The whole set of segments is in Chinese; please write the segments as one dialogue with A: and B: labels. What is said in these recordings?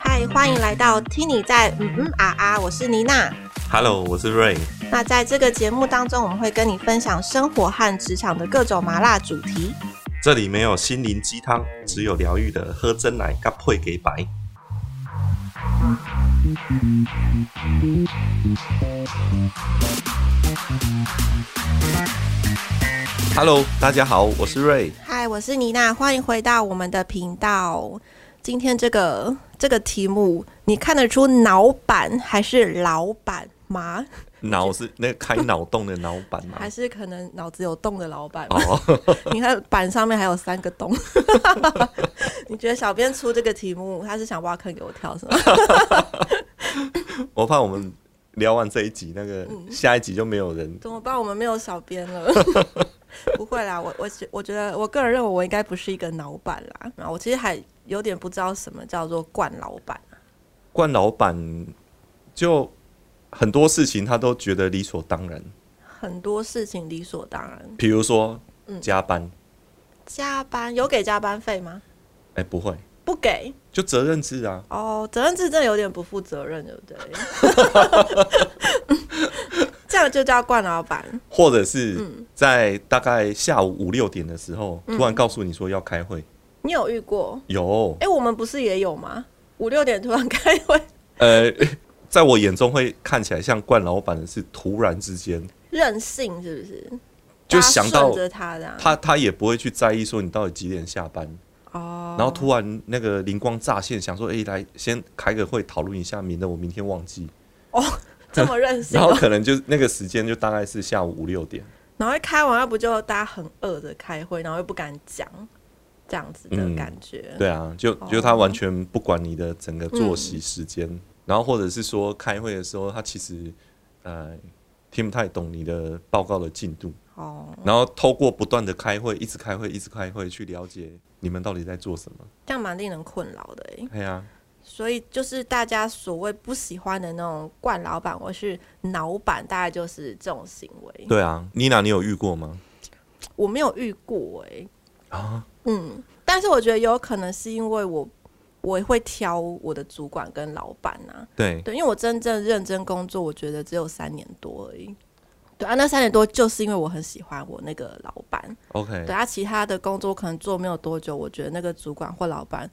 A: 嗨，欢迎来到听你在嗯嗯啊啊，我是妮娜。
B: Hello，我是 Ray。
A: 那在这个节目当中，我们会跟你分享生活和职场的各种麻辣主题。
B: 这里没有心灵鸡汤，只有疗愈的喝真奶搭配给白。Hello，大家好，我是 Ray。
A: 嗨，我是妮娜，欢迎回到我们的频道。今天这个这个题目，你看得出脑板还是老板吗？
B: 脑是那个开脑洞的脑板嘛
A: 还？是可能脑子有洞的老板吗？
B: 哦，
A: 你看板上面还有三个洞， 你觉得小编出这个题目，他是想挖坑给我跳是吗？
B: 我怕我们聊完这一集，那个
A: 嗯
B: 下一集就没有人。
A: 怎么办？我们没有小编了。 不会啦，我我觉我觉得我个人认为我应该不是一个老板啦，然后我其实还有点不知道什么叫做惯老板。
B: 冠老板就很多事情他都觉得理所当然，
A: 很多事情理所当然，
B: 比如说
A: 嗯
B: 加班，
A: 加班有给加班费吗？
B: 哎、不会，
A: 不给
B: 就责任制啊。
A: 哦，责任制真的有点不负责任，对不 对？这样就叫惯老板，
B: 或者
A: 嗯
B: 是在大概下午五六点的时候，突然告诉你说要开会，
A: 你有遇过？
B: 有
A: 哎、，我们不是也有吗？五六点突然开会，
B: 呃，在我眼中会看起来像惯老板的是突然之间，
A: 任性是不是？
B: 就想
A: 大家
B: 到
A: 顺着他的、啊、
B: 他他也不会去在意说你到底几点下班，
A: 哦，
B: 然后突然那个灵光乍现，想说，哎、来先开个会讨论一下，免得我明天忘记。
A: 这么任性
B: 然
A: 哦、
B: 后可能就那个时间就大概是下午五六点，
A: 然后一开完，要不就大家很饿着开会，然后又不敢讲，这样子的哦
B: 嗯
A: 感觉。
B: 对啊，就就他完全不管你的整个作息时间，
A: 嗯
B: 然后或者是说开会的时候，他其实呃听不太懂你的报告的进度，
A: 哦，
B: 然后透过不断的开会，一直开会，一直开会去了解你们到底在做什么。
A: 这样蛮令人困扰的哎。
B: 哎呀、
A: 所以就是大家所谓不喜欢的那种惯老板或是老板，大概就是这种行为。
B: 对啊，妮娜，你有遇过吗？
A: 我没有遇过哎、
B: 啊，
A: 嗯，但是我觉得有可能是因为我我会挑我的主管跟老板啊，
B: 对，
A: 对，因为我真正认真工作，我觉得只有三年多而已。对啊，那三年多就是因为我很喜欢我那个老板，
B: ，OK，
A: 对啊，其他的工作可能做没有多久，我觉得那个主管或老板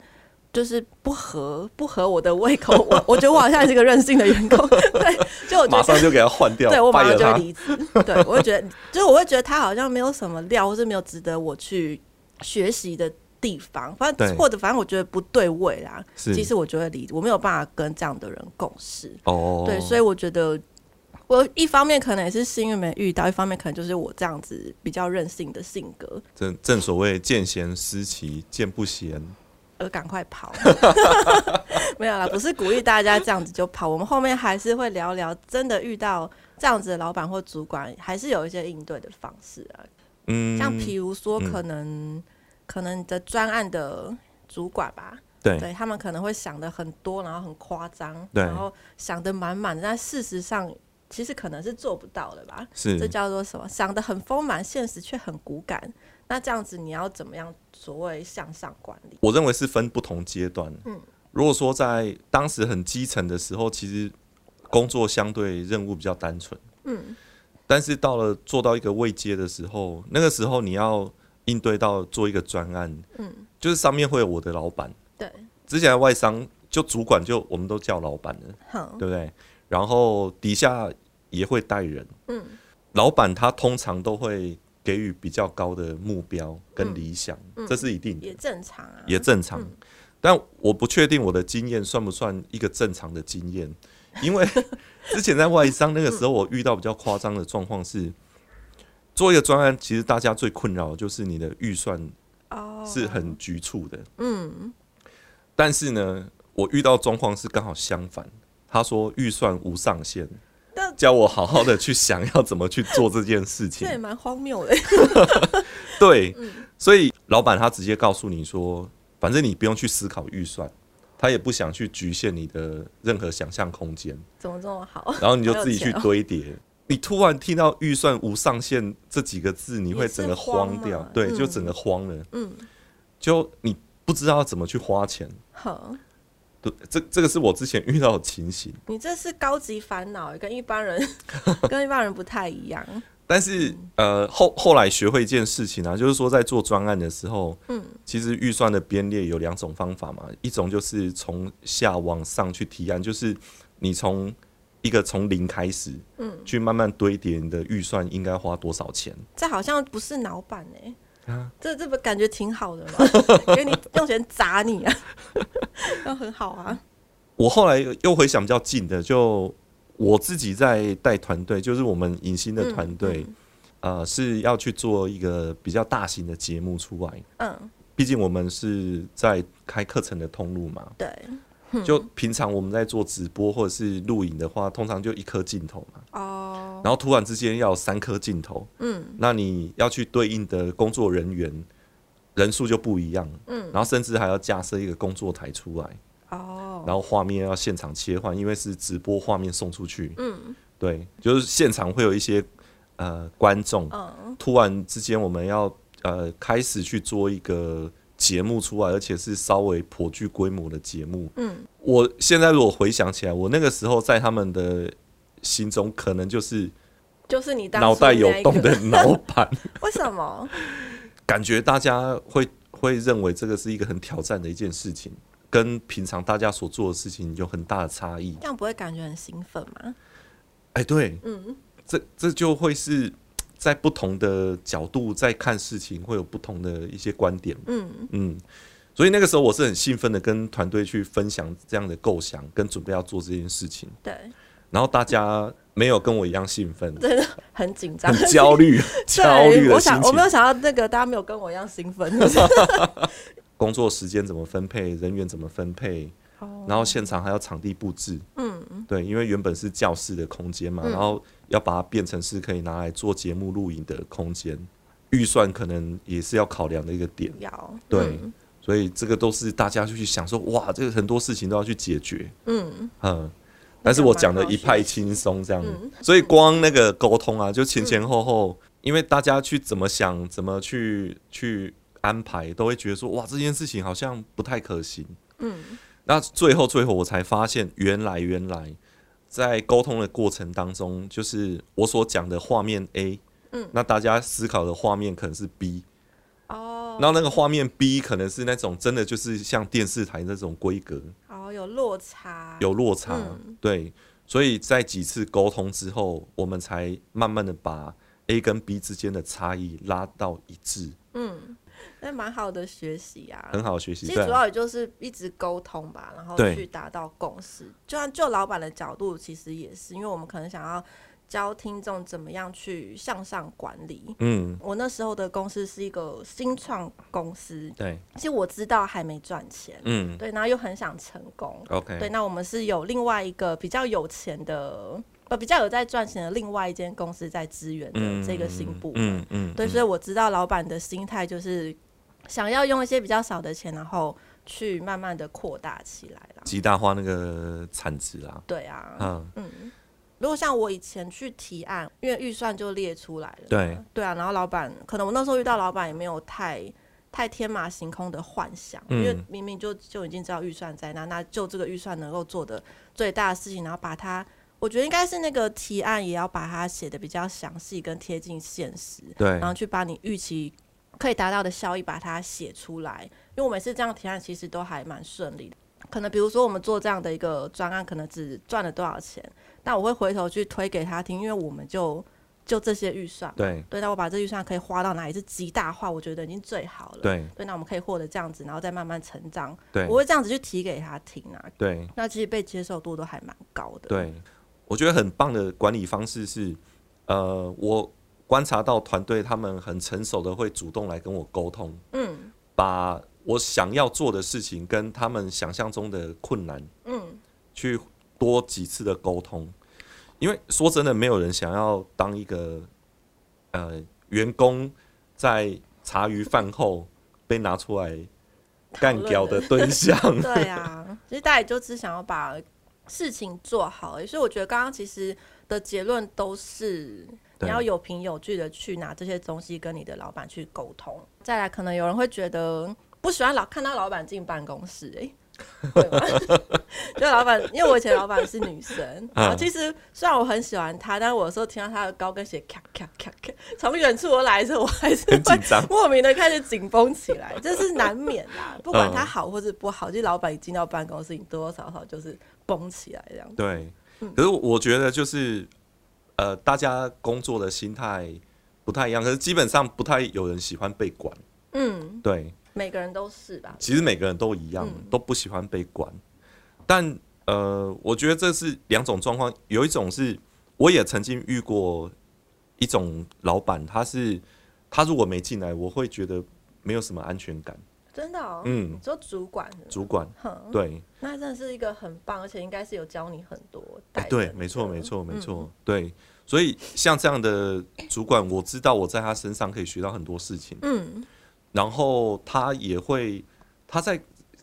A: 就是不合不合我的胃口， 我我觉得我好像也是一个任性的员工， 对，就我觉
B: 马
A: 得
B: 上就给他换 掉，
A: 对我马上
B: 拜了
A: 就会
B: 他。
A: 离职。对我会觉得，就是我会觉得他好像没有什么料，或是没有值得我去学习的地方。反正
B: 对
A: 或者反正我觉得不对味啦，
B: 是
A: 其实我就会离职，我没有办法跟这样的人共事。
B: 哦，
A: 对，所以我觉得。我一方面可能也是幸运没遇到，一方面可能就是我这样子比较任性的性格，
B: 正正所谓见贤思齐，见不贤
A: 呃，赶快跑。 没有啦，不是鼓励大家这样子就跑，我们后面还是会聊聊，真的遇到这样子的老板或主管，还是有一些应对的方式啊。
B: 嗯，
A: 像譬如说，
B: 嗯
A: 可能、可能你的专案的主管吧，
B: 对
A: 对他们可能会想的很多，然后很夸张，
B: 对
A: 然后想的满满的，但事实上其实可能是做不到的吧。这
B: 是
A: 叫做什么？想的很丰满，现实却很骨感。那这样子你要怎么样所谓向上管理？
B: 我认为是分不同阶段。嗯，如果说在当时很基层的时候，其实工作相对任务比较单纯。
A: 嗯，
B: 但是到了做到一个位阶的时候，那个时候你要应对到做一个专案，
A: 嗯，
B: 就是上面会有我的老板，
A: 对，
B: 之前的外商就主管就我们都叫老板了，
A: 哼，
B: 对不对？然后底下也会带人，
A: 嗯，
B: 老板他通常都会给予比较高的目标
A: 嗯
B: 跟理想，这是一定的。
A: 也正常啊。
B: 也正常。但我不确定我的经验算不算一个正常的经验，因为之前在外商那个时候，我遇到比较夸张的状况是，做一个专案，其实大家最困扰的就是你的预算
A: 哦，
B: 是很局促的。
A: 嗯，
B: 但是呢，我遇到状况是刚好相反，他说预算无上限
A: 但，
B: 叫我好好的去想要怎么去做这件事情
A: 这也。蛮荒谬的。
B: 对，
A: 嗯
B: 所以老板他直接告诉你说，反正你不用去思考预算，他也不想去局限你的任何想象空间，
A: 怎么这么好？
B: 然后你就自己
A: 好
B: 去
A: 有钱哦
B: 堆叠。你突然听到“预算无上限”这几个字，你
A: 也
B: 会
A: 是
B: 整个
A: 慌
B: 慌掉
A: 嘛，
B: 对，就
A: 嗯
B: 整个慌了，
A: 嗯，
B: 就你不知道怎么去花钱。
A: 好，
B: 对，这这个是我之前遇到的情形，
A: 你这是高级烦恼，欸跟一般 人跟一般人不太一样。
B: 但
A: 嗯
B: 是呃，后后来学会一件事情啊，就是说在做专案的时候，
A: 嗯，
B: 其实预算的编列有两种方法嘛，一种就是从下往上去提案，就是你从一个从零开始，
A: 嗯，
B: 去慢慢堆叠你的预算应该花多少钱。
A: 这好像不是老板哎、
B: 啊
A: 这这不感觉挺好的吗？ 给你用钱砸你啊，那很好啊。
B: 我后来又回想比较近的，就我自己在带团队，就是我们影星的团队，
A: 嗯
B: 呃，是要去做一个比较大型的节目出来。
A: 嗯，
B: 毕竟我们是在开课程的通路嘛，
A: 对，嗯
B: 就平常我们在做直播或者是录影的话，通常就一颗镜头嘛，
A: 哦，
B: 然后突然之间要有三颗镜头，
A: 嗯
B: 那你要去对应的工作人员人数就不一样，
A: 嗯，
B: 然后甚至还要架设一个工作台出来，
A: 哦，
B: 然后画面要现场切换，因为是直播画面送出去，
A: 嗯
B: 对，就是现场会有一些呃观众，
A: 嗯，
B: 突然之间我们要呃开始去做一个节目出来，而且是稍微颇具规模的节目。
A: 嗯，
B: 我现在如果回想起来，我那个时候在他们的心中，可能就是
A: 就是你当初
B: 脑袋有
A: 那一个
B: 洞的老板，
A: 为什么？
B: 感觉大家会会认为这个是一个很挑战的一件事情。跟平常大家所做的事情有很大的差异，
A: 这样不会感觉很兴奋吗？
B: 哎，对，
A: 嗯，
B: 这这就会是在不同的角度在看事情，会有不同的一些观点。
A: 嗯
B: 嗯，所以那个时候我是很兴奋的，跟团队去分享这样的构想，跟准备要做这件事情。
A: 对，
B: 然后大家没有跟我一样兴奋，
A: 真的很紧张
B: 很，焦虑，焦 虑
A: 对，
B: 的
A: 我
B: 心
A: 想我
B: 情
A: 没。有想到那个大家没有跟我一样兴奋，
B: 工作时间怎么分配，人员怎么分配，
A: 哦
B: 然后现场还有场地布置。
A: 嗯
B: 对，因为原本是教室的空间嘛，
A: 嗯
B: 然后要把它变成是可以拿来做节目录影的空间，预算可能也是要考量的一个点。
A: 要嗯
B: 对，所以这个都是大家就去想说，哇，这个很多事情都要去解决。
A: 嗯
B: 嗯，但是我讲的一派轻松这样，所以光那个沟通啊，就前前后后，
A: 嗯
B: 因为大家去怎么想、怎么去去安排，都会觉得说，哇，这件事情好像不太可行。
A: 嗯
B: 那最后最后我才发现，原来原来在沟通的过程当中，就是我所讲的画面 A，
A: 嗯
B: 那大家思考的画面可能是 B，
A: 哦
B: 然后那个画面 B 可能是那种真的就是像电视台那种规格，
A: 哦有落差，
B: 有落差，
A: 嗯
B: 对，所以在几次沟通之后，我们才慢慢的把 A 跟 B 之间的差异拉到一致，
A: 嗯，那蛮好的学习啊。
B: 很好学习。
A: 其
B: 对
A: 实主
B: 啊，
A: 要也就是一直沟通吧，然后
B: 对
A: 去达到共识。就算就老板的角度，其实也是，因为我们可能想要教听众怎么样去向上管理。
B: 嗯，
A: 我那时候的公司是一个新创公司，
B: 对，
A: 其实我知道还没赚钱，
B: 嗯
A: 对，然后又很想成功，对，
B: ，OK，
A: 那我们是有另外一个比较有钱的，呃，比较有在赚钱的另外一间公司在支援的这个新部门，
B: 嗯嗯，
A: 对，所以我知道老板的心态就是想要用一些比较少的钱，然后去慢慢的扩大起来啦。
B: 极大化那个产值啦，
A: 对啊，
B: 嗯，
A: 嗯，如果像我以前去提案，因为预算就列出来了嘛，
B: 对
A: 对啊，然后老板可能我那时候遇到老板也没有太太天马行空的幻想，
B: 嗯
A: 因为明明就就已经知道预算在那，那就这个预算能够做的最大的事情，然后把它。我觉得应该是那个提案也要把它写的比较详细跟贴近现实，
B: 对
A: 然，后去把你预期可以达到的效益把它写出来。因为我每次这样提案，其实都还蛮顺利的。可能比如说我们做这样的一个专案，可能只赚了多少钱，但我会回头去推给他听，因为我们就就这些预算嘛，
B: 对
A: 对，那我把这预算可以花到哪里是极大化，我觉得已经最好了。
B: 对
A: 对，那我们可以获得这样子，然后再慢慢成长。
B: 对
A: 我会这样子去提给他听啊，
B: 对
A: 那其实被接受度都还蛮高的。，
B: 对，我觉得很棒的管理方式是，呃，我观察到团队他们很成熟的会主动来跟我沟通，
A: 嗯
B: 把我想要做的事情跟他们想象中的困难
A: 嗯，
B: 去多几次的沟通，因为说真的，没有人想要当一个呃员工在茶余饭后被拿出来干掉的对象。
A: 啊对啊，其实大家也就只想要把事情做好、欸。所以我觉得刚刚其实的结论都是你
B: 对
A: 要有凭有据的去拿这些东西跟你的老板去沟通。再来，可能有人会觉得不喜欢老看到老板进办公室、欸，会吗？ 就老板，因为我以前老板是女 生，
B: 嗯
A: 然后其实虽然我很喜欢她，但是我有时候听到她的高跟鞋咔咔咔咔从远处而来的时候，我还是
B: 很
A: 会。
B: 紧张
A: 莫名的开始紧绷起 来，这是难免啦。不管
B: 嗯
A: 他好或是不好，就是老板一进到办公室，你多多少少就是绷起来这样。
B: 对，
A: 嗯
B: 可是我觉得就是呃，大家工作的心态不太一样，可是基本上不太有人喜欢被管。
A: 嗯，
B: 对，
A: 每个人都是吧？
B: 其实每个人都一样，都不喜欢被管。但呃，我觉得这是两种状况，有一种是我也曾经遇过一种老板，他是他如果没进来，我会觉得没有什么安全感。
A: 真的哦。
B: 嗯
A: 你说主管是吗，
B: 主管
A: 哼，
B: 对，
A: 那真的是一个很棒，而且应该是有教你很多。带
B: 哎、
A: 着
B: 对，
A: 你
B: 没错，
A: 的嗯
B: 没。错，没错，对。所以像这样的主管，我知道我在他身上可以学到很多事情。
A: 嗯，
B: 然后他也会，他在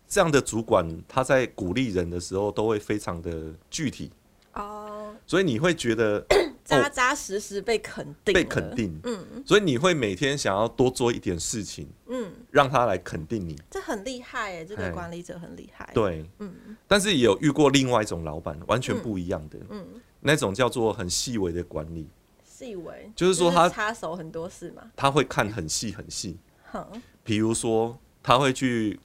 B: 这样的主管，他在鼓励人的时候都会非常的具体，
A: 哦，
B: 所以你会觉得
A: 扎扎实实被肯定，
B: 哦被肯。定，嗯，所以你会每天想要多做一点事情，
A: 嗯，
B: 让他来肯定你，
A: 这很厉害哎，这个
B: 哎
A: 管理者很厉害。，
B: 对，
A: 嗯
B: 但是也有遇过另外一种老板，完全不一样的，
A: 嗯，
B: 那种叫做很细微的管理，
A: 细微
B: 就是说他
A: 插手很多事嘛。
B: 他会看很细很细，
A: 哼，
B: 比如说他会去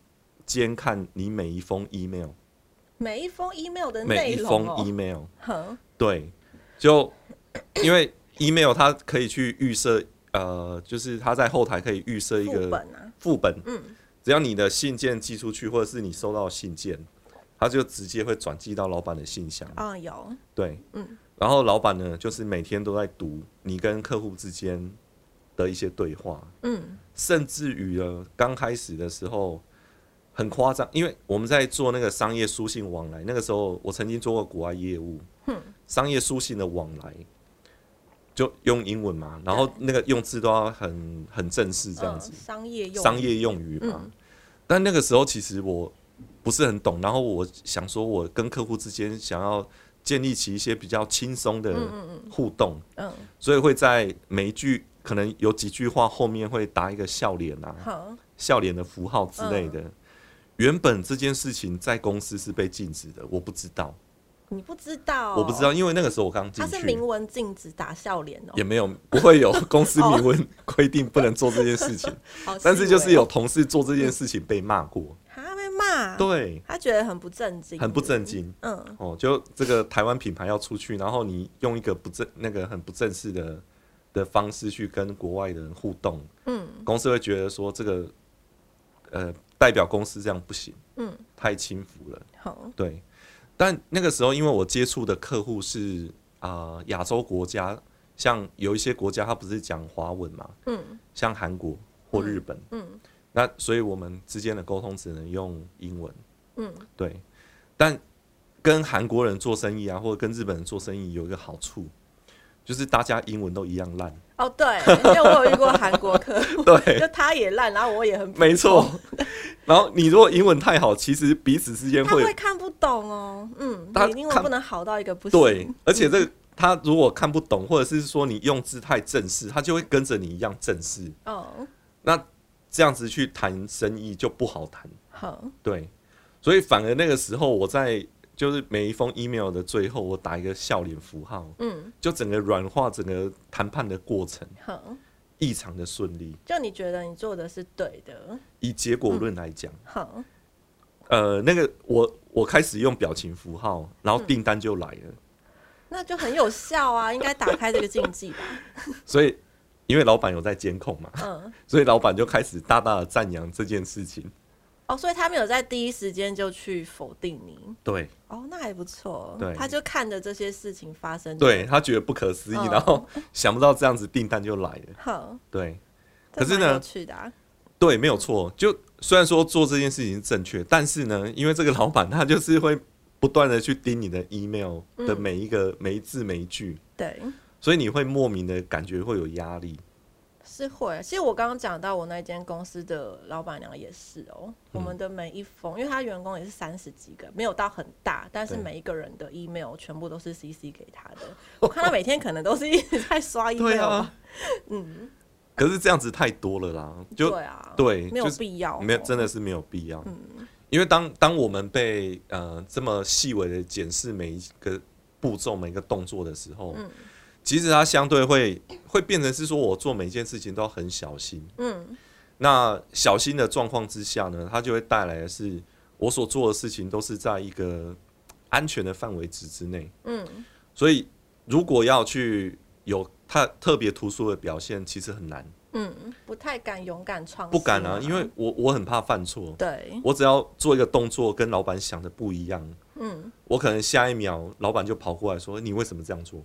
B: 监看你每一封 email，
A: 每一封 email 的
B: 每
A: 内
B: 一
A: 容
B: 封
A: 哦。
B: email，
A: 哼，
B: 对，就因为 email 它可以去预设，呃，就是它在后台可以预设一
A: 副
B: 个
A: 本啊，
B: 副本，
A: 嗯，
B: 只要你的信件寄出去，或者是你收到信件，它就直接会转寄到老板的信箱。
A: 啊、有，
B: 对，
A: 嗯，
B: 然后老板呢，就是每天都在读你跟客户之间的一些对话，
A: 嗯，
B: 甚至于呢，刚开始的时候很夸张，因为我们在做那个商业书信往来，那个时候我曾经做过国外业务，商业书信的往来就用英文嘛，然后那个用字都要很很正式这样
A: 嗯
B: 子，
A: 商业用嗯
B: 商业用语嘛。但那个时候其实我不是很懂，然后我想说，我跟客户之间想要建立起一些比较轻松的互动，
A: 嗯，
B: 所以会在每一句可能有几句话后面会打一个笑脸啊，
A: 好，
B: 笑脸的符号之类的。
A: 嗯
B: 原本这件事情在公司是被禁止的，我不知道，
A: 你不知道、
B: 我不知，道，因为那个时候我刚进
A: 它
B: 去，
A: 哦是明文禁止打笑脸哦
B: 也，没有不会有公司明文规定不能做这件 事情，
A: 好
B: 但是就是有
A: 细
B: 同事做这件事情被骂过，
A: 微哦他被骂，，
B: 对，
A: 他觉得很不正经，
B: 很不正，经。
A: 嗯，
B: 哦，就这个台湾品牌要出去，然后你用一个不正那个很不正式的的方式去跟国外的人互动，
A: 嗯，
B: 公司会觉得说这个呃代表公司这样不行，
A: 嗯，
B: 太轻浮了，
A: 好，
B: 对。但那个时候，因为我接触的客户是啊亚、洲国家，像有一些国家它不是讲华文嘛，
A: 嗯，
B: 像韩国或日本，
A: 嗯
B: 那所以我们之间的沟通只能用英文，
A: 嗯，
B: 对。但跟韩国人做生意啊，或者跟日本人做生意有一个好处，就是大家英文都一 样烂，
A: 哦，对，因为我有遇过韩国客户，
B: 对
A: 就他也烂，然后我也很，
B: 没错。
A: 哦
B: 然后你如果英文太好，其实彼此之间
A: 他
B: 会
A: 会看不懂哦，嗯，
B: 他
A: 你英文
B: 看
A: 不能好到一个不行，
B: 对，而且这个他如果看不懂，或者是说你用字太正式，他就会跟着你一样正式。
A: 哦，
B: 那这样子去谈生意就不好谈，
A: 好，
B: 对。所以反而那个时候我在就是每一封 email 的最后，我打一个笑脸符号，
A: 嗯，
B: 就整个软化整个谈判的过程
A: 好，
B: 异常的顺利。
A: 就你觉得你做的是对的，
B: 以结果论来讲，
A: 好，
B: 呃，那个我我开始用表情符号，然后订单就来了。
A: 那就很有效啊，应该打开这个禁忌吧。
B: 所以因为老板有在监控嘛，
A: 嗯，
B: 所以老板就开始大大的赞扬这件事情。
A: 哦，所以他没有在第一时间就去否定你。
B: 对，
A: 哦，那还不错。
B: 对
A: 他就看着这些事情发生。，
B: 对他觉得不可思议，
A: 嗯
B: 然后想不到这样子订单就来了。
A: 好，
B: 对，
A: 这
B: 可是
A: 蛮
B: 呢
A: 有趣的、啊。
B: 对，没有错。就虽然说做这件事情是正确，但是呢，因为这个老板他就是会不断的去盯你的 email 的
A: 嗯
B: 每一个、每一字每一句，
A: 对，
B: 所以你会莫名的感觉会有压力。
A: 是会。其实我刚刚讲到我那间公司的老板娘也是哦、
B: 嗯
A: 我们的每一封，因为她员工也是三十几个，没有到很大，但是
B: 对
A: 每一个人的 email 全部都是 CC 给她的。 我看她每天可能都是一直在刷
B: 对
A: email，吧
B: 啊，
A: 嗯，
B: 可是这样子太多了啦，就
A: 对啊，
B: 对
A: 没有
B: 就是
A: 必要哦、
B: 没有，真的是没有必要。因为当当我们被呃这么细微的检视每一个步骤、每一个动作的时候，其实它相对会会变成是说我做每一件事情都要很小心。
A: 嗯，
B: 那小心的状况之下呢，它就会带来的是我所做的事情都是在一个安全的范围值之内。
A: 嗯，
B: 所以如果要去有它特别突出的表现，其实很难，
A: 嗯，不太敢勇敢创新，
B: 不敢啊，因为我我很怕犯错。
A: 对，
B: 我只要做一个动作跟老板想的不一样，
A: 嗯，
B: 我可能下一秒老板就跑过来说：“你为什么这样做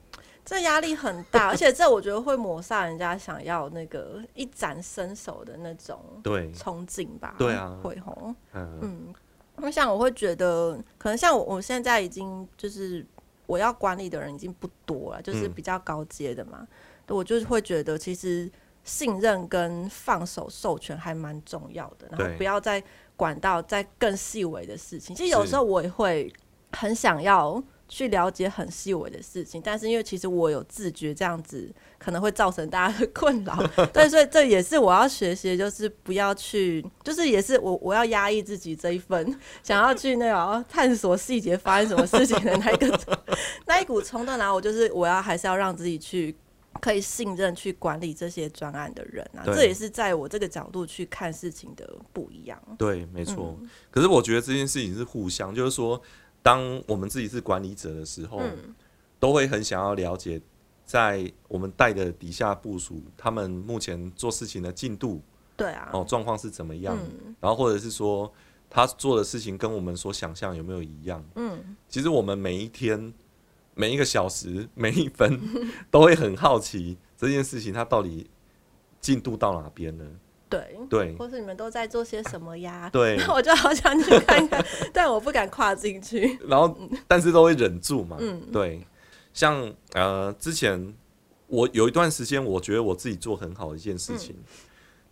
A: 这压力很大，而且这我觉得会抹杀人家想要那个一展身手的那种？”
B: 对，
A: 憧憬吧。
B: 对啊
A: 会吼。
B: 嗯，
A: 我想我会觉得，可能像我我现在已经就是我要管理的人已经不多了，就是
B: 嗯
A: 比较高阶的嘛，我就是会觉得其实。信任跟放手授权还蛮重要的，然后
B: 对
A: 不要再管到再更细微的事情。其实有
B: 是
A: 时候我也会很想要去了解很细微的事情，但是因为其实我有自觉这样子可能会造成大家的困扰，对，所以这也是我要学习的，就是不要去，就是也是我我要压抑自己这一份想要去那种探索细节发生什么事情的那一个 那一股冲动，然后我就是我要还是要让自己去。可以信任去管理这些专案的人啊，
B: 对
A: 这也是在我这个角度去看事情的不一样。
B: 对，没错。可是我觉得这件事情是互相，就是说，当我们自己是管理者的时候，都会很想要了解，在我们带的底下部署，他们目前做事情的进度
A: 对啊，嗯
B: 哦状况是怎么样，然后或者是说他做的事情跟我们所想象有没有一样？
A: 嗯，
B: 其实我们每一天、每一个小时、 每一分都会很好奇这件事情，它到底进度到哪边了？
A: 对，
B: 对
A: 或是你们都在做些什么呀？
B: 对，
A: 那我就好想去看看，但我不敢跨进去。
B: 然后
A: 嗯
B: 但是都会忍住嘛。对，像呃之前我有一段时间，我觉得我自己做很好的一件事情，
A: 嗯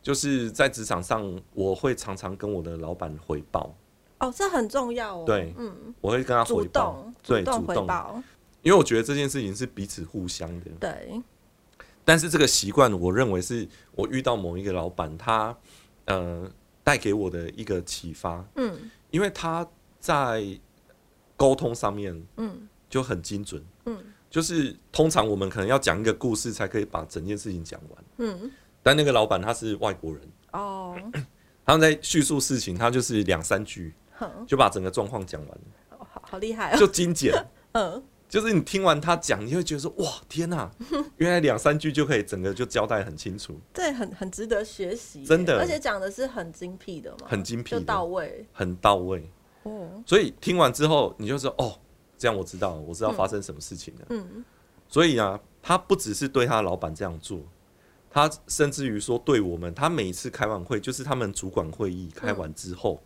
B: 就是在职场上，我会常常跟我的老板回报，
A: 哦，这很重要哦。
B: 对
A: 嗯，
B: 我会跟他
A: 主
B: 回报，
A: 动，
B: 对
A: 动
B: 主
A: 回
B: 动
A: 报，
B: 因为我觉得这件事情是彼此互相的。
A: 对，
B: 但是这个习惯，我认为是我遇到某一个老板，他呃带给我的一个启发，
A: 嗯
B: 因为他在沟通上面
A: 嗯
B: 就很精准，
A: 嗯
B: 就是通常我们可能要讲一个故事才可以把整件事情讲完，
A: 嗯，
B: 但那个老板他是外国人，
A: 哦，
B: 他在叙述事情，他就是两三句
A: 哼，
B: 就把整个状况讲完了，
A: 好好厉 害哦。
B: 就精简。
A: 嗯，
B: 就是你听完他讲，你会觉得说哇 天呐、原来两三句就可以整个就交代很清楚，
A: 这很很值得学习耶，
B: 真的
A: 而且讲的是很精辟的嘛，
B: 很精辟
A: 就
B: 的
A: 到位。
B: 很到位。
A: 哦，
B: 所以听完之后，你就说哦，这样我知道了，我知道发生什么事情了。
A: 嗯，
B: 所以啊，他不只是对他的老板这样做，他甚至于说对我们，他每一次开完会，就是他们主管会议开完之后，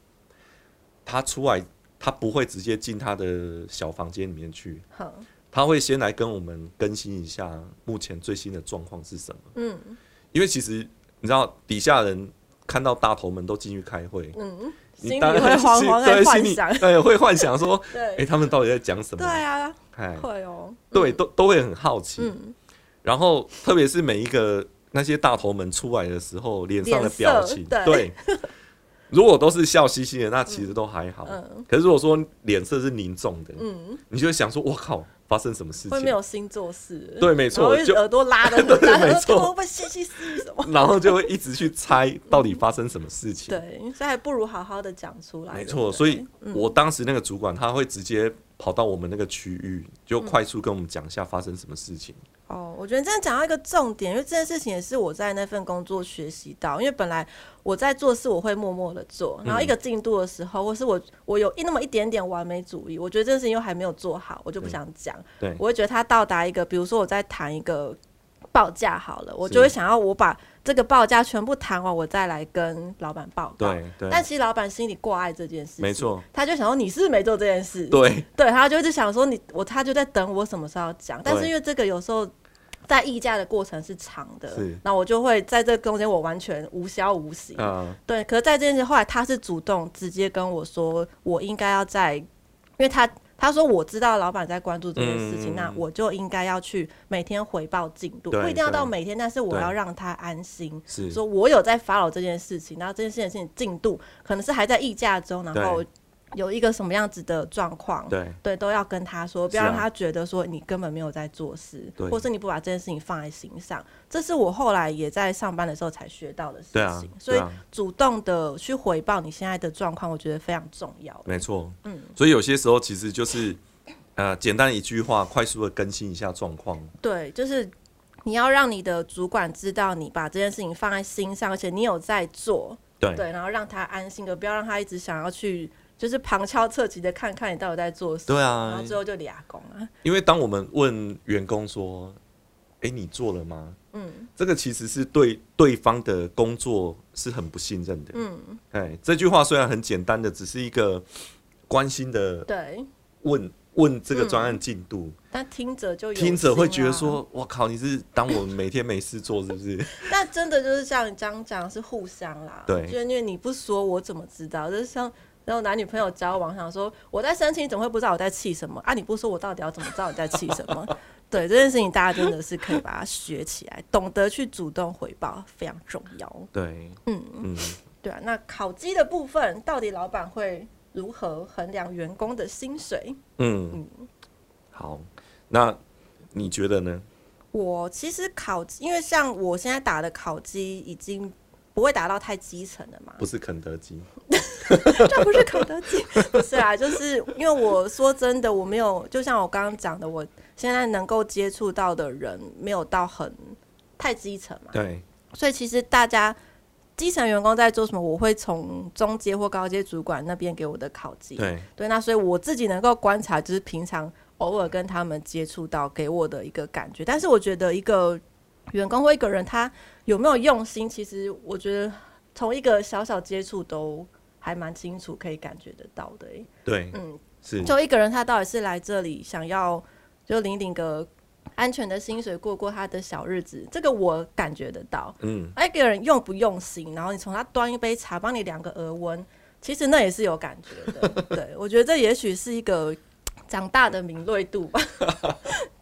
B: 他出来，他不会直接进他的小房间里面去，
A: 哼，
B: 他会先来跟我们更新一下目前最新的状况是什么。
A: 嗯
B: 因为其实你知道，底下人看到大头们都进去开会。
A: 嗯，
B: 你
A: 心里
B: 当然
A: 会惶
B: 心
A: 惶
B: 对
A: 的幻
B: 心里
A: 想，
B: 对，会幻想说， 哎、
A: 对
B: 他们到底在讲什么？
A: 对啊，
B: 哎，
A: 会哦，
B: 对，都都会很好奇。
A: 嗯，
B: 然后，特别是每一个那些大头们出来的时候，脸上的
A: 脸色
B: 表情，
A: 对
B: 如果都是笑嘻嘻的，那其实都还好。
A: 嗯
B: 可是如果说脸色是凝重的，
A: 嗯，
B: 你就会想说：“我靠，发生什么事
A: 会没
B: 情
A: 有心做事，
B: 对没错
A: 然后
B: 就
A: 耳朵 拉的很大，
B: 对没错
A: 我会嘻嘻嘻什 么？”？
B: 然后就会一直去猜到底发生什么事情。
A: 对，嗯所以还不如好好的讲出来。
B: 没
A: 对
B: 错，
A: 不对
B: 所以我当时那个主管他会直接跑到我们那个区域，就快速跟我们讲一下发生什么事情。
A: 哦，我觉得真的讲到一个重点，因为这件事情也是我在那份工作学习到，因为本来我在做事我会默默的做，
B: 嗯
A: 然后一个进度的时候，或是我我有一那么一点点完美主义，我觉得这件事情又还没有做好，我就不
B: 对
A: 想讲，
B: 对
A: 我会觉得它到达一个，比如说我在谈一个报价好了，我就会想要我把这个报价全部谈完，我再来跟老板报告。
B: 对对，
A: 但其实老板心里挂碍这件事，
B: 没，错，
A: 他就想说你是不是没做这件事，
B: 对
A: 对，他就一直想说你我，他就在等我什么时候要讲，但是因为这个有时候在议价的过程是长的
B: 是，
A: 那我就会在这中间我完全无消无息。
B: 啊，
A: 对，可是在这件事后来他是主动直接跟我说，我应该要在，因为他他说我知道老板在关注这件事情，
B: 嗯
A: 那我就应该要去每天回报进度，
B: 对
A: 不一定要到
B: 对
A: 每天，但是我
B: 对
A: 要让他安心。
B: 是
A: 说我有在 follow 这件事情，然后这件事情的进度可能是还在议价中，然后
B: 对
A: 有一个什么样子的状况，
B: 对
A: 对，都要跟他说，不
B: 是啊
A: 要让他觉得说你根本没有在做事，
B: 对
A: 或是你不把这件事情放在心上。这是我后来也在上班的时候才学到的事
B: 对啊
A: 情，，所
B: 对
A: 以
B: 啊，
A: 主动的去回报你现在的状况，我觉得非常重要。
B: 没错，
A: 嗯，
B: 所以有些时候其实就是呃，简单一句话，快速的更新一下状况，
A: 对，就是你要让你的主管知道你把这件事情放在心上，而且你有在做，
B: 对
A: 对，然后让他安心的，不要让他一直想要去。就是旁敲侧击的看看你到底在做什么，
B: 对啊
A: 然后最后就俩工啊了。
B: 因为当我们问员工说：“诶，你做了吗？”
A: 嗯，
B: 这个其实是对对方的工作是很不信任的。嗯，哎，这句话虽然很简单的，只是一个关心的
A: 对，
B: 问问这个专案进度，
A: 但听者就有
B: 听者会
A: 心
B: 觉得
A: 啊
B: 说：“我靠，你是当我每天没事做是不是
A: 那真的就是像你这样讲，是互相啦。
B: 对
A: 就因为你不说，我怎么知道？就是像 然后男女朋友交往，想说我在生气，你怎么会不知道我在气什么啊？你不说，我到底要怎么知道你在气什么？对这件事情，大家真的是可以把它学起来，懂得去主动回报非常重要？”。
B: 对，
A: 嗯，
B: 嗯，
A: 对啊。那烤鸡的部分，到底老板会如何衡量员工的薪水？
B: 嗯，好，那你觉得呢？
A: 我其实烤鸡，因为像我现在打的烤鸡已经不会打到太基层了嘛，
B: 不是肯德基，
A: 这不是肯德基， 不是啊，就是因为我说真的，我没有，就像我刚刚讲的，我现在能够接触到的人没有到很太基层嘛，
B: 对，
A: 所以其实大家基层员工在做什么，我会从中阶或高阶主管那边给我的考绩，
B: 对，
A: 那所以我自己能够观察，就是平常偶尔跟他们接触到给我的一个感觉，但是我觉得一个员工或一个人他有没有用心，其实我觉得从一个小小接触都还蛮清楚，可以感觉得到的、欸。
B: 对，
A: 嗯，
B: 是，
A: 就一个人他到底是来这里想要就领领个安全的薪水，过过他的小日子，这个我感觉得到。
B: 嗯，
A: 哎，一个人用不用心，然后你从他端一杯茶，帮你量个额温，其实那也是有感觉 的。对，我觉得这也许是一个长大的敏锐度 吧。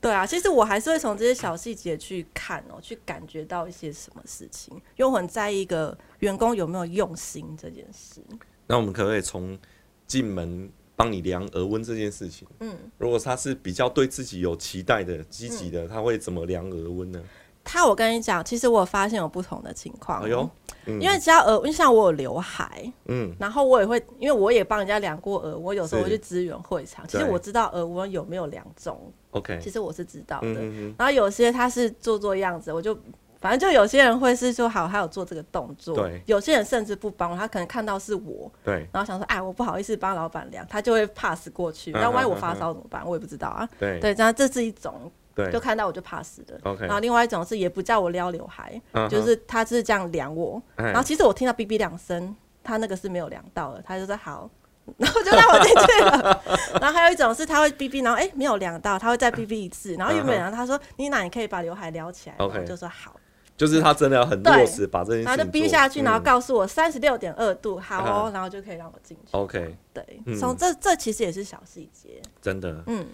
A: 对啊，其实我还是会从这些小细节去看哦，去感觉到一些什么事情，因为我很在意一个员工有没有用心这件事。
B: 那我们可不可以从进门帮你量额温这件事情？嗯，如果他是比较对自己有期待的、积极
A: 嗯
B: 的，他会怎么量额温呢？
A: 他，我跟你讲，其实我发现有不同的情况哦。
B: 哎呦，嗯
A: 因为只要额，因为像我有刘海，
B: 嗯，
A: 然后我也会，因为我也帮人家量过额，我有时候
B: 是
A: 会去支援会场，其实
B: 对
A: 我知道额温有没有量中，
B: ，OK，
A: 其实我是知道的。
B: 嗯嗯
A: 然后有些他是做做样子，我就反正就有些人会是说好，他有做这个动作，
B: 对
A: 有些人甚至不帮我，他可能看到是我，
B: 嗯，对
A: 然后想说哎，我不好意思帮老板量，他就会 pass 过去。
B: 嗯哼
A: 那万一我发烧怎么办？我也不知道啊。
B: 对
A: 对，然后这是一种，就
B: 对
A: 看到我就 pass 的。
B: ，OK，
A: 然后另外一种是也不叫我撩刘海，
B: 嗯哼
A: 就是他是这样量我，
B: 哎
A: 然后其实我听到哔哔两声，他那个是没有量到的，他就说好，然后就让我进去了。 然后还有一种是他会哔哔，然后哎、没有量到，他会再哔哔一次，然后又没有量到，他说妮娜你可以把刘海撩起来吗，
B: 嗯 OK
A: 我就说好，
B: 就是他真的要很
A: 对
B: 落实把这件事情
A: 然后
B: 做，
A: 就逼下去，
B: 嗯
A: 然后告诉我三十六点二度，好哦
B: 嗯，
A: 然后就可以让我进去。
B: ，OK，
A: 对
B: 嗯，
A: 从这这其实也是小细节，
B: 真的，
A: 嗯，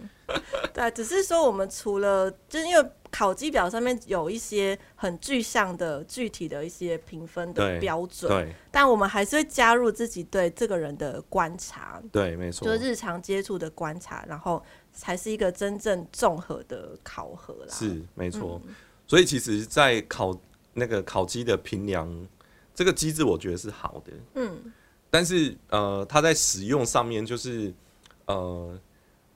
A: 对，只是说我们除了就是因为考绩表上面有一些很具象的、具体的一些评分
B: 对
A: 的标准，
B: 对
A: 但我们还是会加入自己对这个人的观察，
B: 对，没错
A: 就是，日常接触的观察，然后才是一个真正综合的考核啦。
B: 是没错。
A: 嗯
B: 所以其实，在烤那个烤鸡的评量这个机制，我觉得是好的。
A: 嗯，
B: 但是呃，它在使用上面就是呃，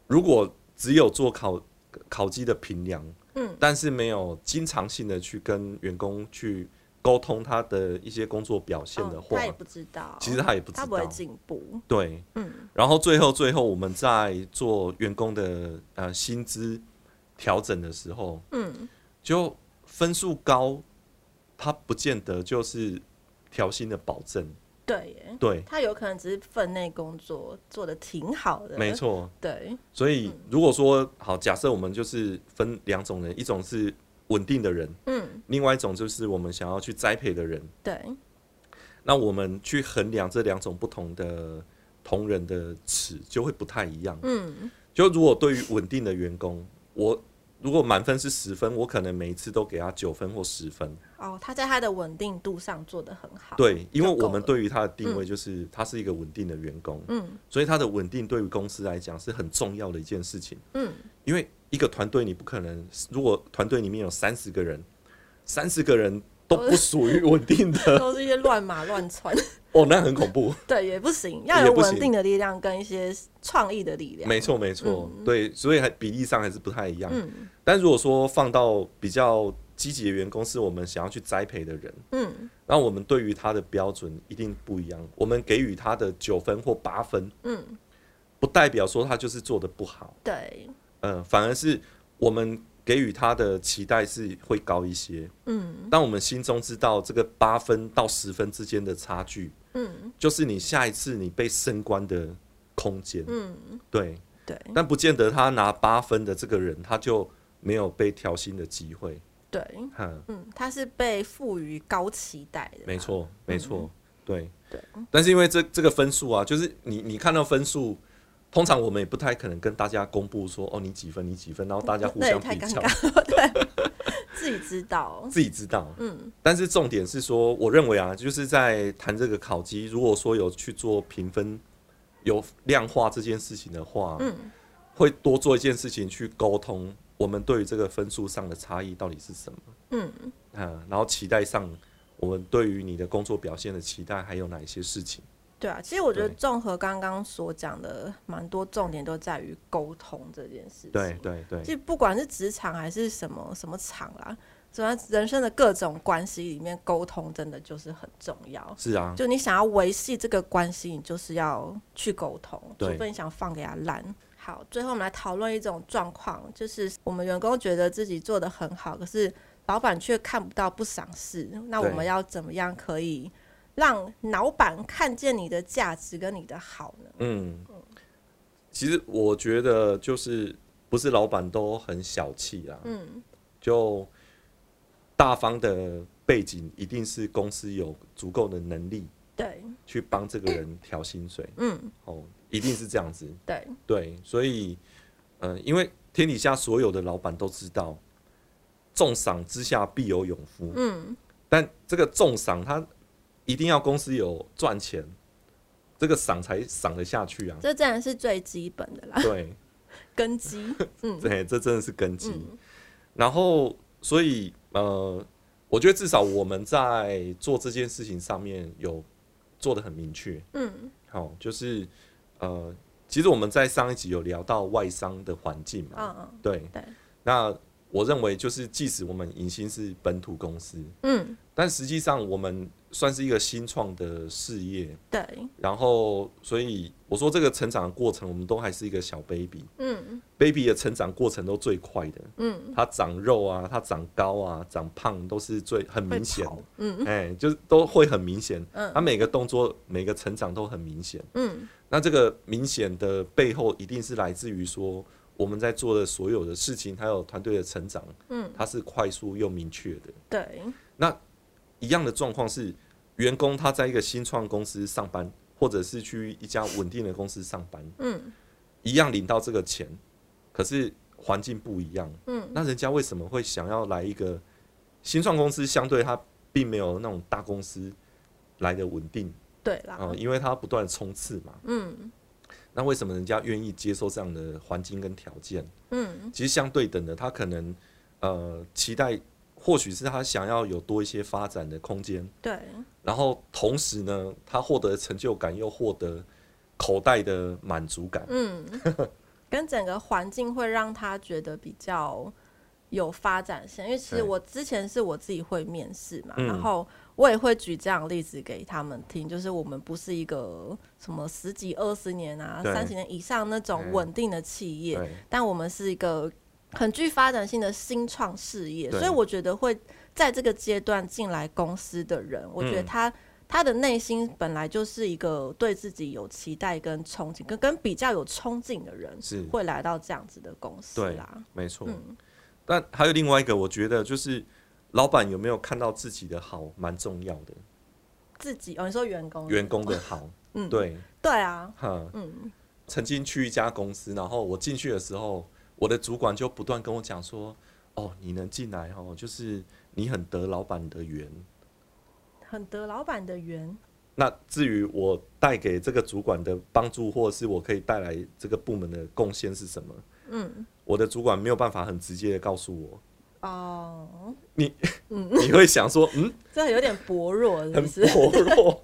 B: 如果只有做烤烤鸡的评量，
A: 嗯，
B: 但是没有经常性的去跟员工去沟通他的一些工作表现的
A: 哦，
B: 话，
A: 他也不知道，
B: 其实他也不知
A: 他不
B: 道
A: 会。进步。
B: 对，
A: 嗯，
B: 然后最后最后我们在做员工的呃薪资调整的时候，
A: 嗯，
B: 就分数高，它不见得就是调薪的保证。
A: 对耶，
B: 对，
A: 他有可能只是分内工作做的挺好的，
B: 没，错。
A: 对，
B: 所以如果说好，假设我们就是分两种人，一种是稳定的人，
A: 嗯，
B: 另外一种就是我们想要去栽培的人。
A: 对，
B: 那我们去衡量这两种不同的同仁的尺，就会不太一样。
A: 嗯，
B: 就如果对于稳定的员工，我如果满分是十分，我可能每一次都给他九分或十分。
A: 哦，他在他的稳定度上做得很好。，
B: 对，因为
A: 就够
B: 我们
A: 了
B: 对于他的定位就是他是一个稳定的员工，
A: 嗯
B: 所以他的稳定对于公司来讲是很重要的一件事情。
A: 嗯，
B: 因为一个团队你不可能，如果团队里面有三十个人，三十个人都不属于稳定 的，
A: 都是一些乱码乱 窜，
B: 哦，那很 恐怖。
A: 对，也不行，要有
B: 也不行
A: 稳定的力量跟一些创意的力量。
B: 没错，没错，对，所以还比例上还是不太一样。
A: 嗯
B: 但如果说放到比较积极的员工，是我们想要去栽培的人，
A: 嗯
B: 那我们对于他的标准一定不一样。我们给予他的九分或八分，
A: 嗯，
B: 不代表说他就是做的不好，
A: 对，
B: 嗯、反而是我们给予他的期待是会高一些。
A: 嗯
B: 当我们心中知道这个八分到十分之间的差距，
A: 嗯
B: 就是你下一次你被升官的空间。
A: 嗯，
B: 对，
A: 对
B: 但不见得他拿八分的这个人，他就没有被调薪的机会。
A: 对，
B: 哈，
A: 嗯，他是被赋予高期待的，嗯
B: 没，错，没错，对。
A: 对，
B: 但是因为这这个分数啊，就是你你看到分数，通常我们也不太可能跟大家公布说哦你几分你几分，然后大家互
A: 那也
B: 相
A: 太
B: 比
A: 尴
B: 较，
A: 尬了，对，自己知道，
B: 自己知道。
A: 嗯
B: 但是重点是说，我认为啊，就是在谈这个考绩，如果说有去做评分、有量化这件事情的话，
A: 嗯
B: 会多做一件事情去沟通我们对于这个分数上的差异到底是什么。
A: 嗯
B: 嗯，然后期待上，我们对于你的工作表现的期待还有哪一些事情？
A: 对啊，其实我觉得
B: 对
A: 综合刚刚所讲的，蛮多重点都在于沟通这件事情。
B: 对对对
A: 其，实不管是职场还是什么什么场啦，主要人生的各种关系里面，沟通真的就是很重要。
B: 是啊，
A: 就你想要维系这个关系，你就是要去沟通，除
B: 对
A: 非你想放给他烂。好，最后我们来讨论一种状况，就是我们员工觉得自己做的很好，可是老板却看不到不赏识。那我
B: 对
A: 们要怎么样可以让老板看见你的价值跟你的好呢？
B: 嗯，其实我觉得就是不是老板都很小气啊啦，
A: 嗯
B: 就大方的背景一定是公司有足够的能力
A: 对，
B: 去帮这个人调薪水
A: 嗯
B: 哦，一定是这样子。
A: 对，
B: 对，所以，嗯、因为天底下所有的老板都知道，重赏之下必有勇夫。
A: 嗯。
B: 但这个重赏，它一定要公司有赚钱，这个赏才赏得下去啊
A: 这自然是最基本的啦，
B: 对，
A: 根基。
B: 对，这真的是根 基。然后，所以呃，我觉得至少我们在做这件事情上面有做的很明确。
A: 嗯
B: 好、就是呃，其实我们在上一集有聊到外商的环境嘛，
A: 嗯嗯
B: 对
A: 对
B: 那我认为就是，即使我们银星是本土公司，
A: 嗯，
B: 但实际上我们算是一个新创的事业，
A: 对，
B: 然后，所以我说这个成长的过程，我们都还是一个小 baby。
A: 嗯
B: baby 的成长过程都最快的，
A: 嗯，
B: 它长肉啊，它长高啊，长胖都是最很
A: 会
B: 明显
A: 跑
B: 的，，
A: 嗯
B: 哎、就是都会很明显。
A: 嗯
B: 它每个动作、每个成长都很明显。
A: 嗯
B: 那这个明显的背后，一定是来自于说我们在做的所有的事情，还有团队的成长，
A: 嗯，
B: 它是快速又明确的。
A: 对，
B: 一样的状况是，员工他在一个新创公司上班，或者是去一家稳定的公司上班，
A: 嗯
B: 一样领到这个钱，可是环境不一样，
A: 嗯，
B: 那人家为什么会想要来一个新创公司？相对它并没有那种大公司来的稳定
A: 对
B: 啊、
A: 啦，
B: 因为它不断地冲刺嘛。
A: 嗯
B: 那为什么人家愿意接受这样的环境跟条件？
A: 嗯
B: 其实相对等的，他可能呃期待，或许是他想要有多一些发展的空间，
A: 对，
B: 然后同时呢，他获得成就感，又获得口袋的满足感。
A: 嗯， 跟整个环境会让他觉得比较。有发展性，因为其实
B: 对
A: 我之前是我自己会面试嘛，
B: 嗯
A: 然后我也会举这样的例子给他们听，就是我们不是一个什么十几、二十年啊、
B: 对
A: 三十年以上那种
B: 嗯
A: 稳定的企业，
B: 对，
A: 但我们是一个很具发展性的新创事业，
B: 对
A: 所以我觉得会在这个阶段进来公司的
B: 嗯
A: 人，我觉得他、他的内心本来就是一个对自己有期待跟憧憬，跟跟比较有冲劲的人，
B: 是
A: 会来到这样子的公司
B: 对
A: 啦。
B: 没错。
A: 嗯
B: 但还有另外一个，我觉得就是老板有没有看到自己的好，蛮重要的。
A: 自己哦，你说员工
B: 员工的好，
A: 嗯
B: 对，
A: 对啊，
B: 哈，
A: 嗯，
B: 曾经去一家公司，然后我进去的时候，我的主管就不断跟我讲说：“哦，你能进来哦，就是你很得老板的缘。
A: 很得老板的缘，”
B: 那至于我带给这个主管的帮助，或是我可以带来这个部门的贡献是什么，
A: 嗯
B: 我的主管没有办法很直接的告诉我。
A: 哦，
B: 你会想说，嗯，
A: 这有点薄弱，是
B: 很
A: 不是？
B: 薄弱，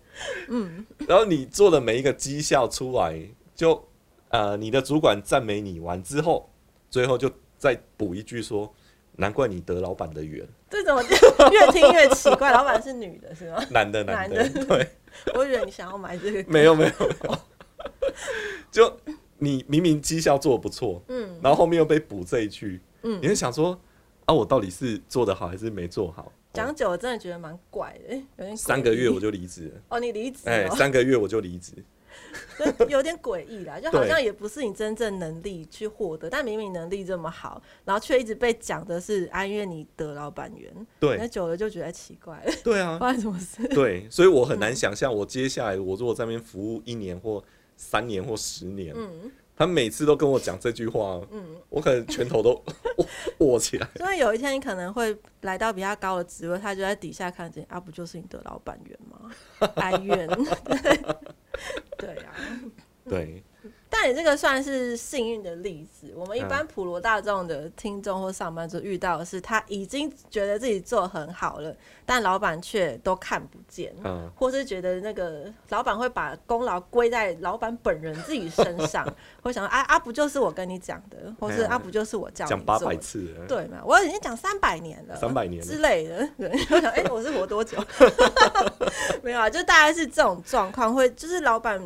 B: 嗯，然后你做的每一个绩效出来，就呃，你的主管赞美你完之后，最后就再补一句说，难怪你得老板的缘，
A: 这怎么越听越奇怪？老板是女的是吗？
B: 男的
A: 男
B: 的，对，
A: 我以为你想要买这个，
B: 没有没有没有， 就你明明绩效做得不错，
A: 嗯，
B: 然后后面又被补这一句，
A: 嗯
B: 你会想说，啊，我到底是做得好还是没做好？
A: 讲久了真的觉得蛮怪的，有点诡异
B: 三个月我就离职了，
A: 哦，你离职
B: 哎、
A: 了，
B: 三个月我就离职，
A: 就有点诡异啦，就好
B: 对
A: 像也不是你真正能力去获得，但明明能力这么好，然后却一直被讲的是安岳你得老板缘，那
B: 对
A: 久了就觉得哎奇怪了，
B: 对啊，
A: 发生什么 事？
B: 对，所以我很难想象，我接下来我如果在那边服务一年或三年或十年，
A: 嗯
B: 他每次都跟我讲这句话，
A: 嗯，
B: 我可能拳头都 握握起来。
A: 所以有一天你可能会来到比他高的职位，他就在底下看见啊，不就是你的老板缘吗？哀怨， 对啊。
B: 对，
A: 但你这个算是幸运的例子。我们一
B: 嗯
A: 般普罗大众的听众或上班族遇到的是，他已经觉得自己做很好了，但老板却都看不见，
B: 嗯，
A: 或是觉得那个老板会把功劳归在老板本人自己身 上，会想说啊啊，不就是我跟你讲的，或是
B: 哎呀
A: 啊不就是我叫你
B: 讲八
A: 做
B: 百
A: 的
B: 次了，
A: 对嘛？我已经讲三百年了，
B: 300年了
A: 之类的。对， 我想，哎、我是活多久？ 没有啊，就大概是这种状况，会就是老板，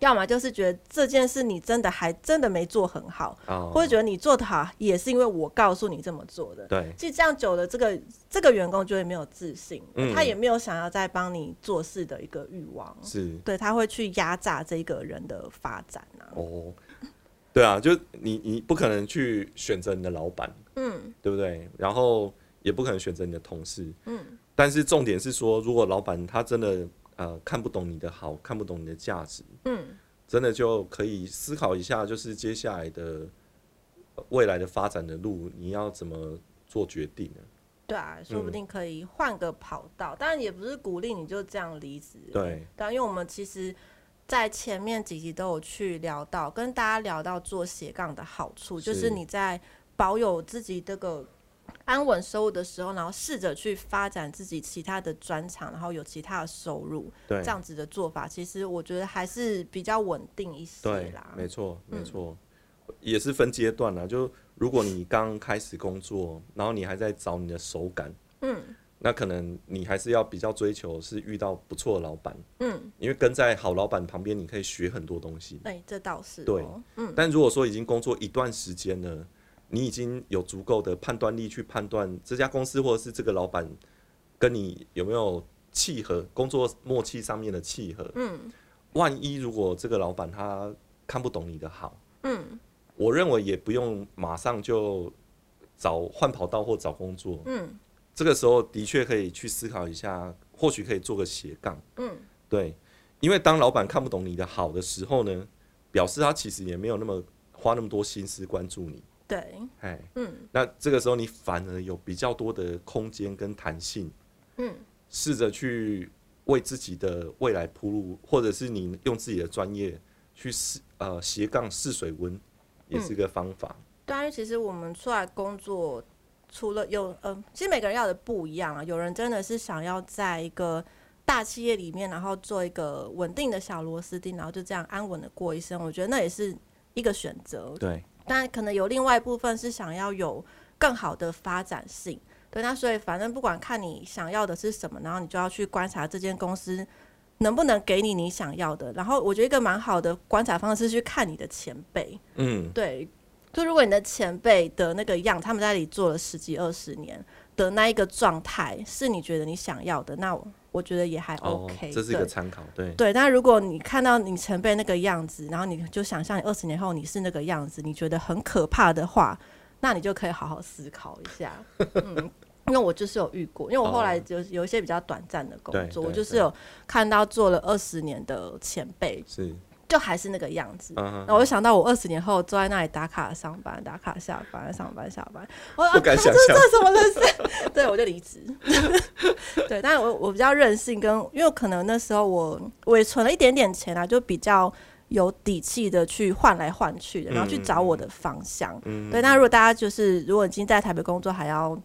A: 要么就是觉得这件事你真的还真的没做很好，
B: 哦
A: 或者觉得你做的好也是因为我告诉你这么做的。
B: 对，
A: 其实这样久了，这个这个员工就会没有自信，
B: 嗯
A: 他也没有想要再帮你做事的一个欲望，
B: 是
A: 对他会去压榨这个人的发展啊。
B: 哦，对啊，就你你不可能去选择你的老板，
A: 嗯
B: 对不对？然后也不可能选择你的同事，
A: 嗯
B: 但是重点是说，如果老板他真的呃看不懂你的好，看不懂你的价值，
A: 嗯，
B: 真的就可以思考一下，就是接下来的呃未来的发展的路，你要怎么做决定呢？
A: 对啊，说不
B: 嗯
A: 定可以换个跑道，当然也不是鼓励你就这样离职。
B: 对，
A: 对啊，因为我们其实，在前面几集都有去聊到，跟大家聊到做斜杠的好处，就是
B: 是
A: 你在保有自己这个安稳收入的时候，然后试着去发展自己其他的专长，然后有其他的收入，
B: 对
A: 这，样子的做法，其实我觉得还是比较稳定一些
B: 对
A: 啦，。嗯
B: 没错，没错，也是分阶段啦。就如果你刚开始工作，然后你还在找你的手感，
A: 嗯
B: 那可能你还是要比较追求是遇到不错的老板，
A: 嗯，
B: 因为跟在好老板旁边，你可以学很多东西。
A: 哎、这倒是、哦。
B: 对
A: 嗯
B: 但如果说已经工作一段时间了，你已经有足够的判断力去判断这家公司或者是这个老板跟你有没有契合，工作默契上面的契合。
A: 嗯
B: 万一如果这个老板他看不懂你的好，
A: 嗯
B: 我认为也不用马上就找换跑道或找工作。
A: 嗯
B: 这个时候的确可以去思考一下，或许可以做个斜杠。
A: 嗯，
B: 对，因为当老板看不懂你的好的时候呢，表示他其实也没有那么花那么多心思关注你。
A: 对，
B: 哎，
A: 嗯。
B: 那这个时候你反而有比较多的空间跟弹性，
A: 嗯，
B: 试着去为自己的未来铺路，或者是你用自己的专业去试呃斜杠试水温，也
A: 嗯
B: 是一个方法。
A: 对啊，因为其实我们出来工作，除了有嗯、其实每个人要的不一样啊。有人真的是想要在一个大企业里面，然后做一个稳定的小螺丝钉，然后就这样安稳的过一生。我觉得那也是一个选择。
B: 对，
A: 但可能有另外一部分是想要有更好的发展性。对，那所以反正不管看你想要的是什么，然后你就要去观察这间公司能不能给你你想要的。然后我觉得一个蛮好的观察方式是去看你的前辈。
B: 嗯，
A: 对，就如果你的前辈的那个样，他们在那里做了十几二十年的那一个状态，是你觉得你想要的，那我我觉得也还
B: 哦
A: OK、对
B: 这是一个参考，对，
A: 对，但如果你看到你前辈那个样子，然后你就想象你二十年后你是那个样子，你觉得很可怕的话，那你就可以好好思考一 下。嗯，因为我就是有遇过，因为我后来
B: 哦
A: 有有一些比较短暂的工
B: 对
A: 作，我
B: 对
A: 就是
B: 对
A: 有看到做了二十年的前辈，
B: 是，
A: 就还是那个样子。
B: 嗯哼
A: 然后我就想到，我二十年后坐在那里打卡上班，打卡下班，上班下班，我
B: 不敢
A: 啊、这
B: 想
A: 这
B: 象
A: 这什么人生？ 对，我就离职。对，但是我我比较任性跟，因为可能那时候我我也存了一点点钱啊，就比较有底气的去换来换去的，然后去找我的方向。
B: 嗯
A: 对，那如果大家就是如果已经在台北工作，还要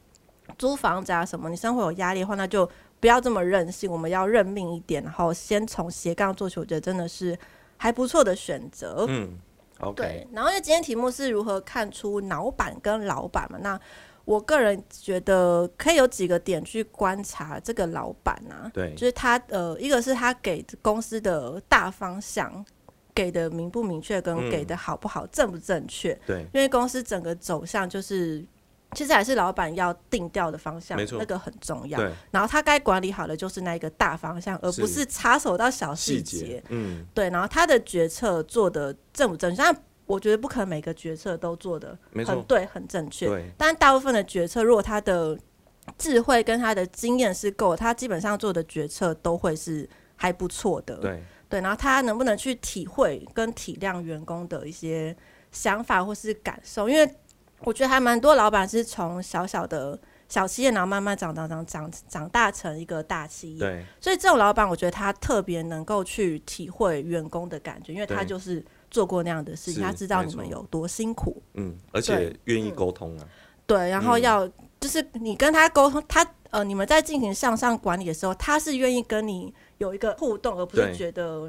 A: 租房子啊什么，你生活有压力的话，那就不要这么任性，我们要认命一点，然后先从斜杠做起，我觉得真的是还不错的选择。
B: 嗯，OK，
A: 对，然后因为今天题目是如何看出脑板跟老板嘛，那我个人觉得可以有几个点去观察这个老板啊，
B: 对
A: 就是他呃，一个是他给公司的大方向给的明不明确，跟
B: 嗯
A: 给的好不好、正不正确，
B: 对
A: 因为公司整个走向就是。其实还是老板要定调的方向
B: 没，错
A: 那个很重要。
B: 对，
A: 然后他该管理好的就是那一个大方向，而不
B: 是
A: 是插手到小细
B: 细
A: 节
B: 节。，嗯，
A: 对，然后他的决策做的正不正确？但我觉得不可能每个决策都做的
B: 没
A: 很
B: 错，
A: 对、很正确。
B: 对，
A: 但大部分的决策，如果他的智慧跟他的经验是够的，他基本上做的决策都会是还不错的。
B: 对，
A: 对，然后他能不能去体会跟体谅员工的一些想法或是感受？因为我觉得还蛮多老板是从小小的小企业，然后慢慢长长长长长大成一个大企业。
B: 对，
A: 所以这种老板，我觉得他特别能够去体会员工的感觉，因为他
B: 对
A: 就是做过那样的事情，
B: 是
A: 他知道你
B: 没
A: 们
B: 错
A: 有多辛苦。
B: 嗯，而且愿意
A: 嗯
B: 沟通啊，
A: 对，然后
B: 嗯
A: 要、就是你跟他沟通，他呃，你们在进行向上管理的时候，他是愿意跟你有一个互动，而不是
B: 对
A: 觉得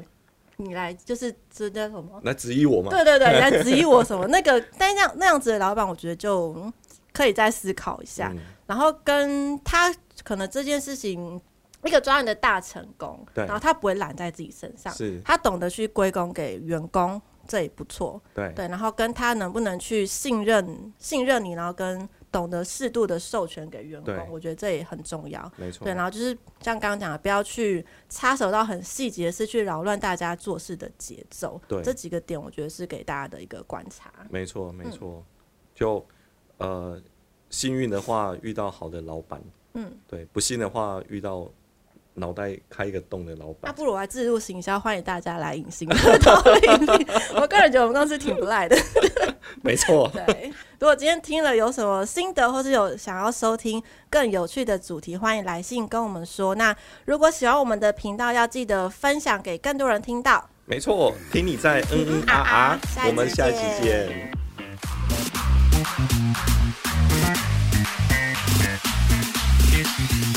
A: 你来就是这叫什么？
B: 来质疑我嘛， 嗯
A: 对对对，你来质疑我什么？那个，但那样那样子的老板，我觉得就嗯可以再思考一下。
B: 嗯，
A: 然后跟他可能这件事情一个专案的大成功，
B: 对
A: 然后他不会揽在自己身上，
B: 是，
A: 他懂得去归功给员工，这也不错。
B: 对，
A: 对，然后跟他能不能去信任信任你，然后跟懂得适度的授权给员
B: 对
A: 工，我觉得这也很重要。
B: 没错
A: 对，，然后就是像刚刚讲的，不要去插手到很细节，是去扰乱大家做事的节奏。
B: 对
A: 这几个点我觉得是给大家的一个观察。
B: 没错，没
A: 嗯
B: 错，就呃，幸运的话遇到好的老板，
A: 嗯，
B: 对，不幸的话遇到脑袋开一个洞的老
A: 那
B: 板，
A: 啊不如我来自入行销，欢迎大家来隐形的 投影片我个人觉得我们公司挺不赖的。
B: 没错，
A: 对，如果今天听了有什么心得，或是有想要收听更有趣的主题，欢迎来信跟我们说。那如果喜欢我们的频道，要记得分享给更多人听到。
B: 没错，听你在嗯嗯啊啊，
A: 下一
B: 我们
A: 次
B: 下期
A: 见
B: 见。
C: Thank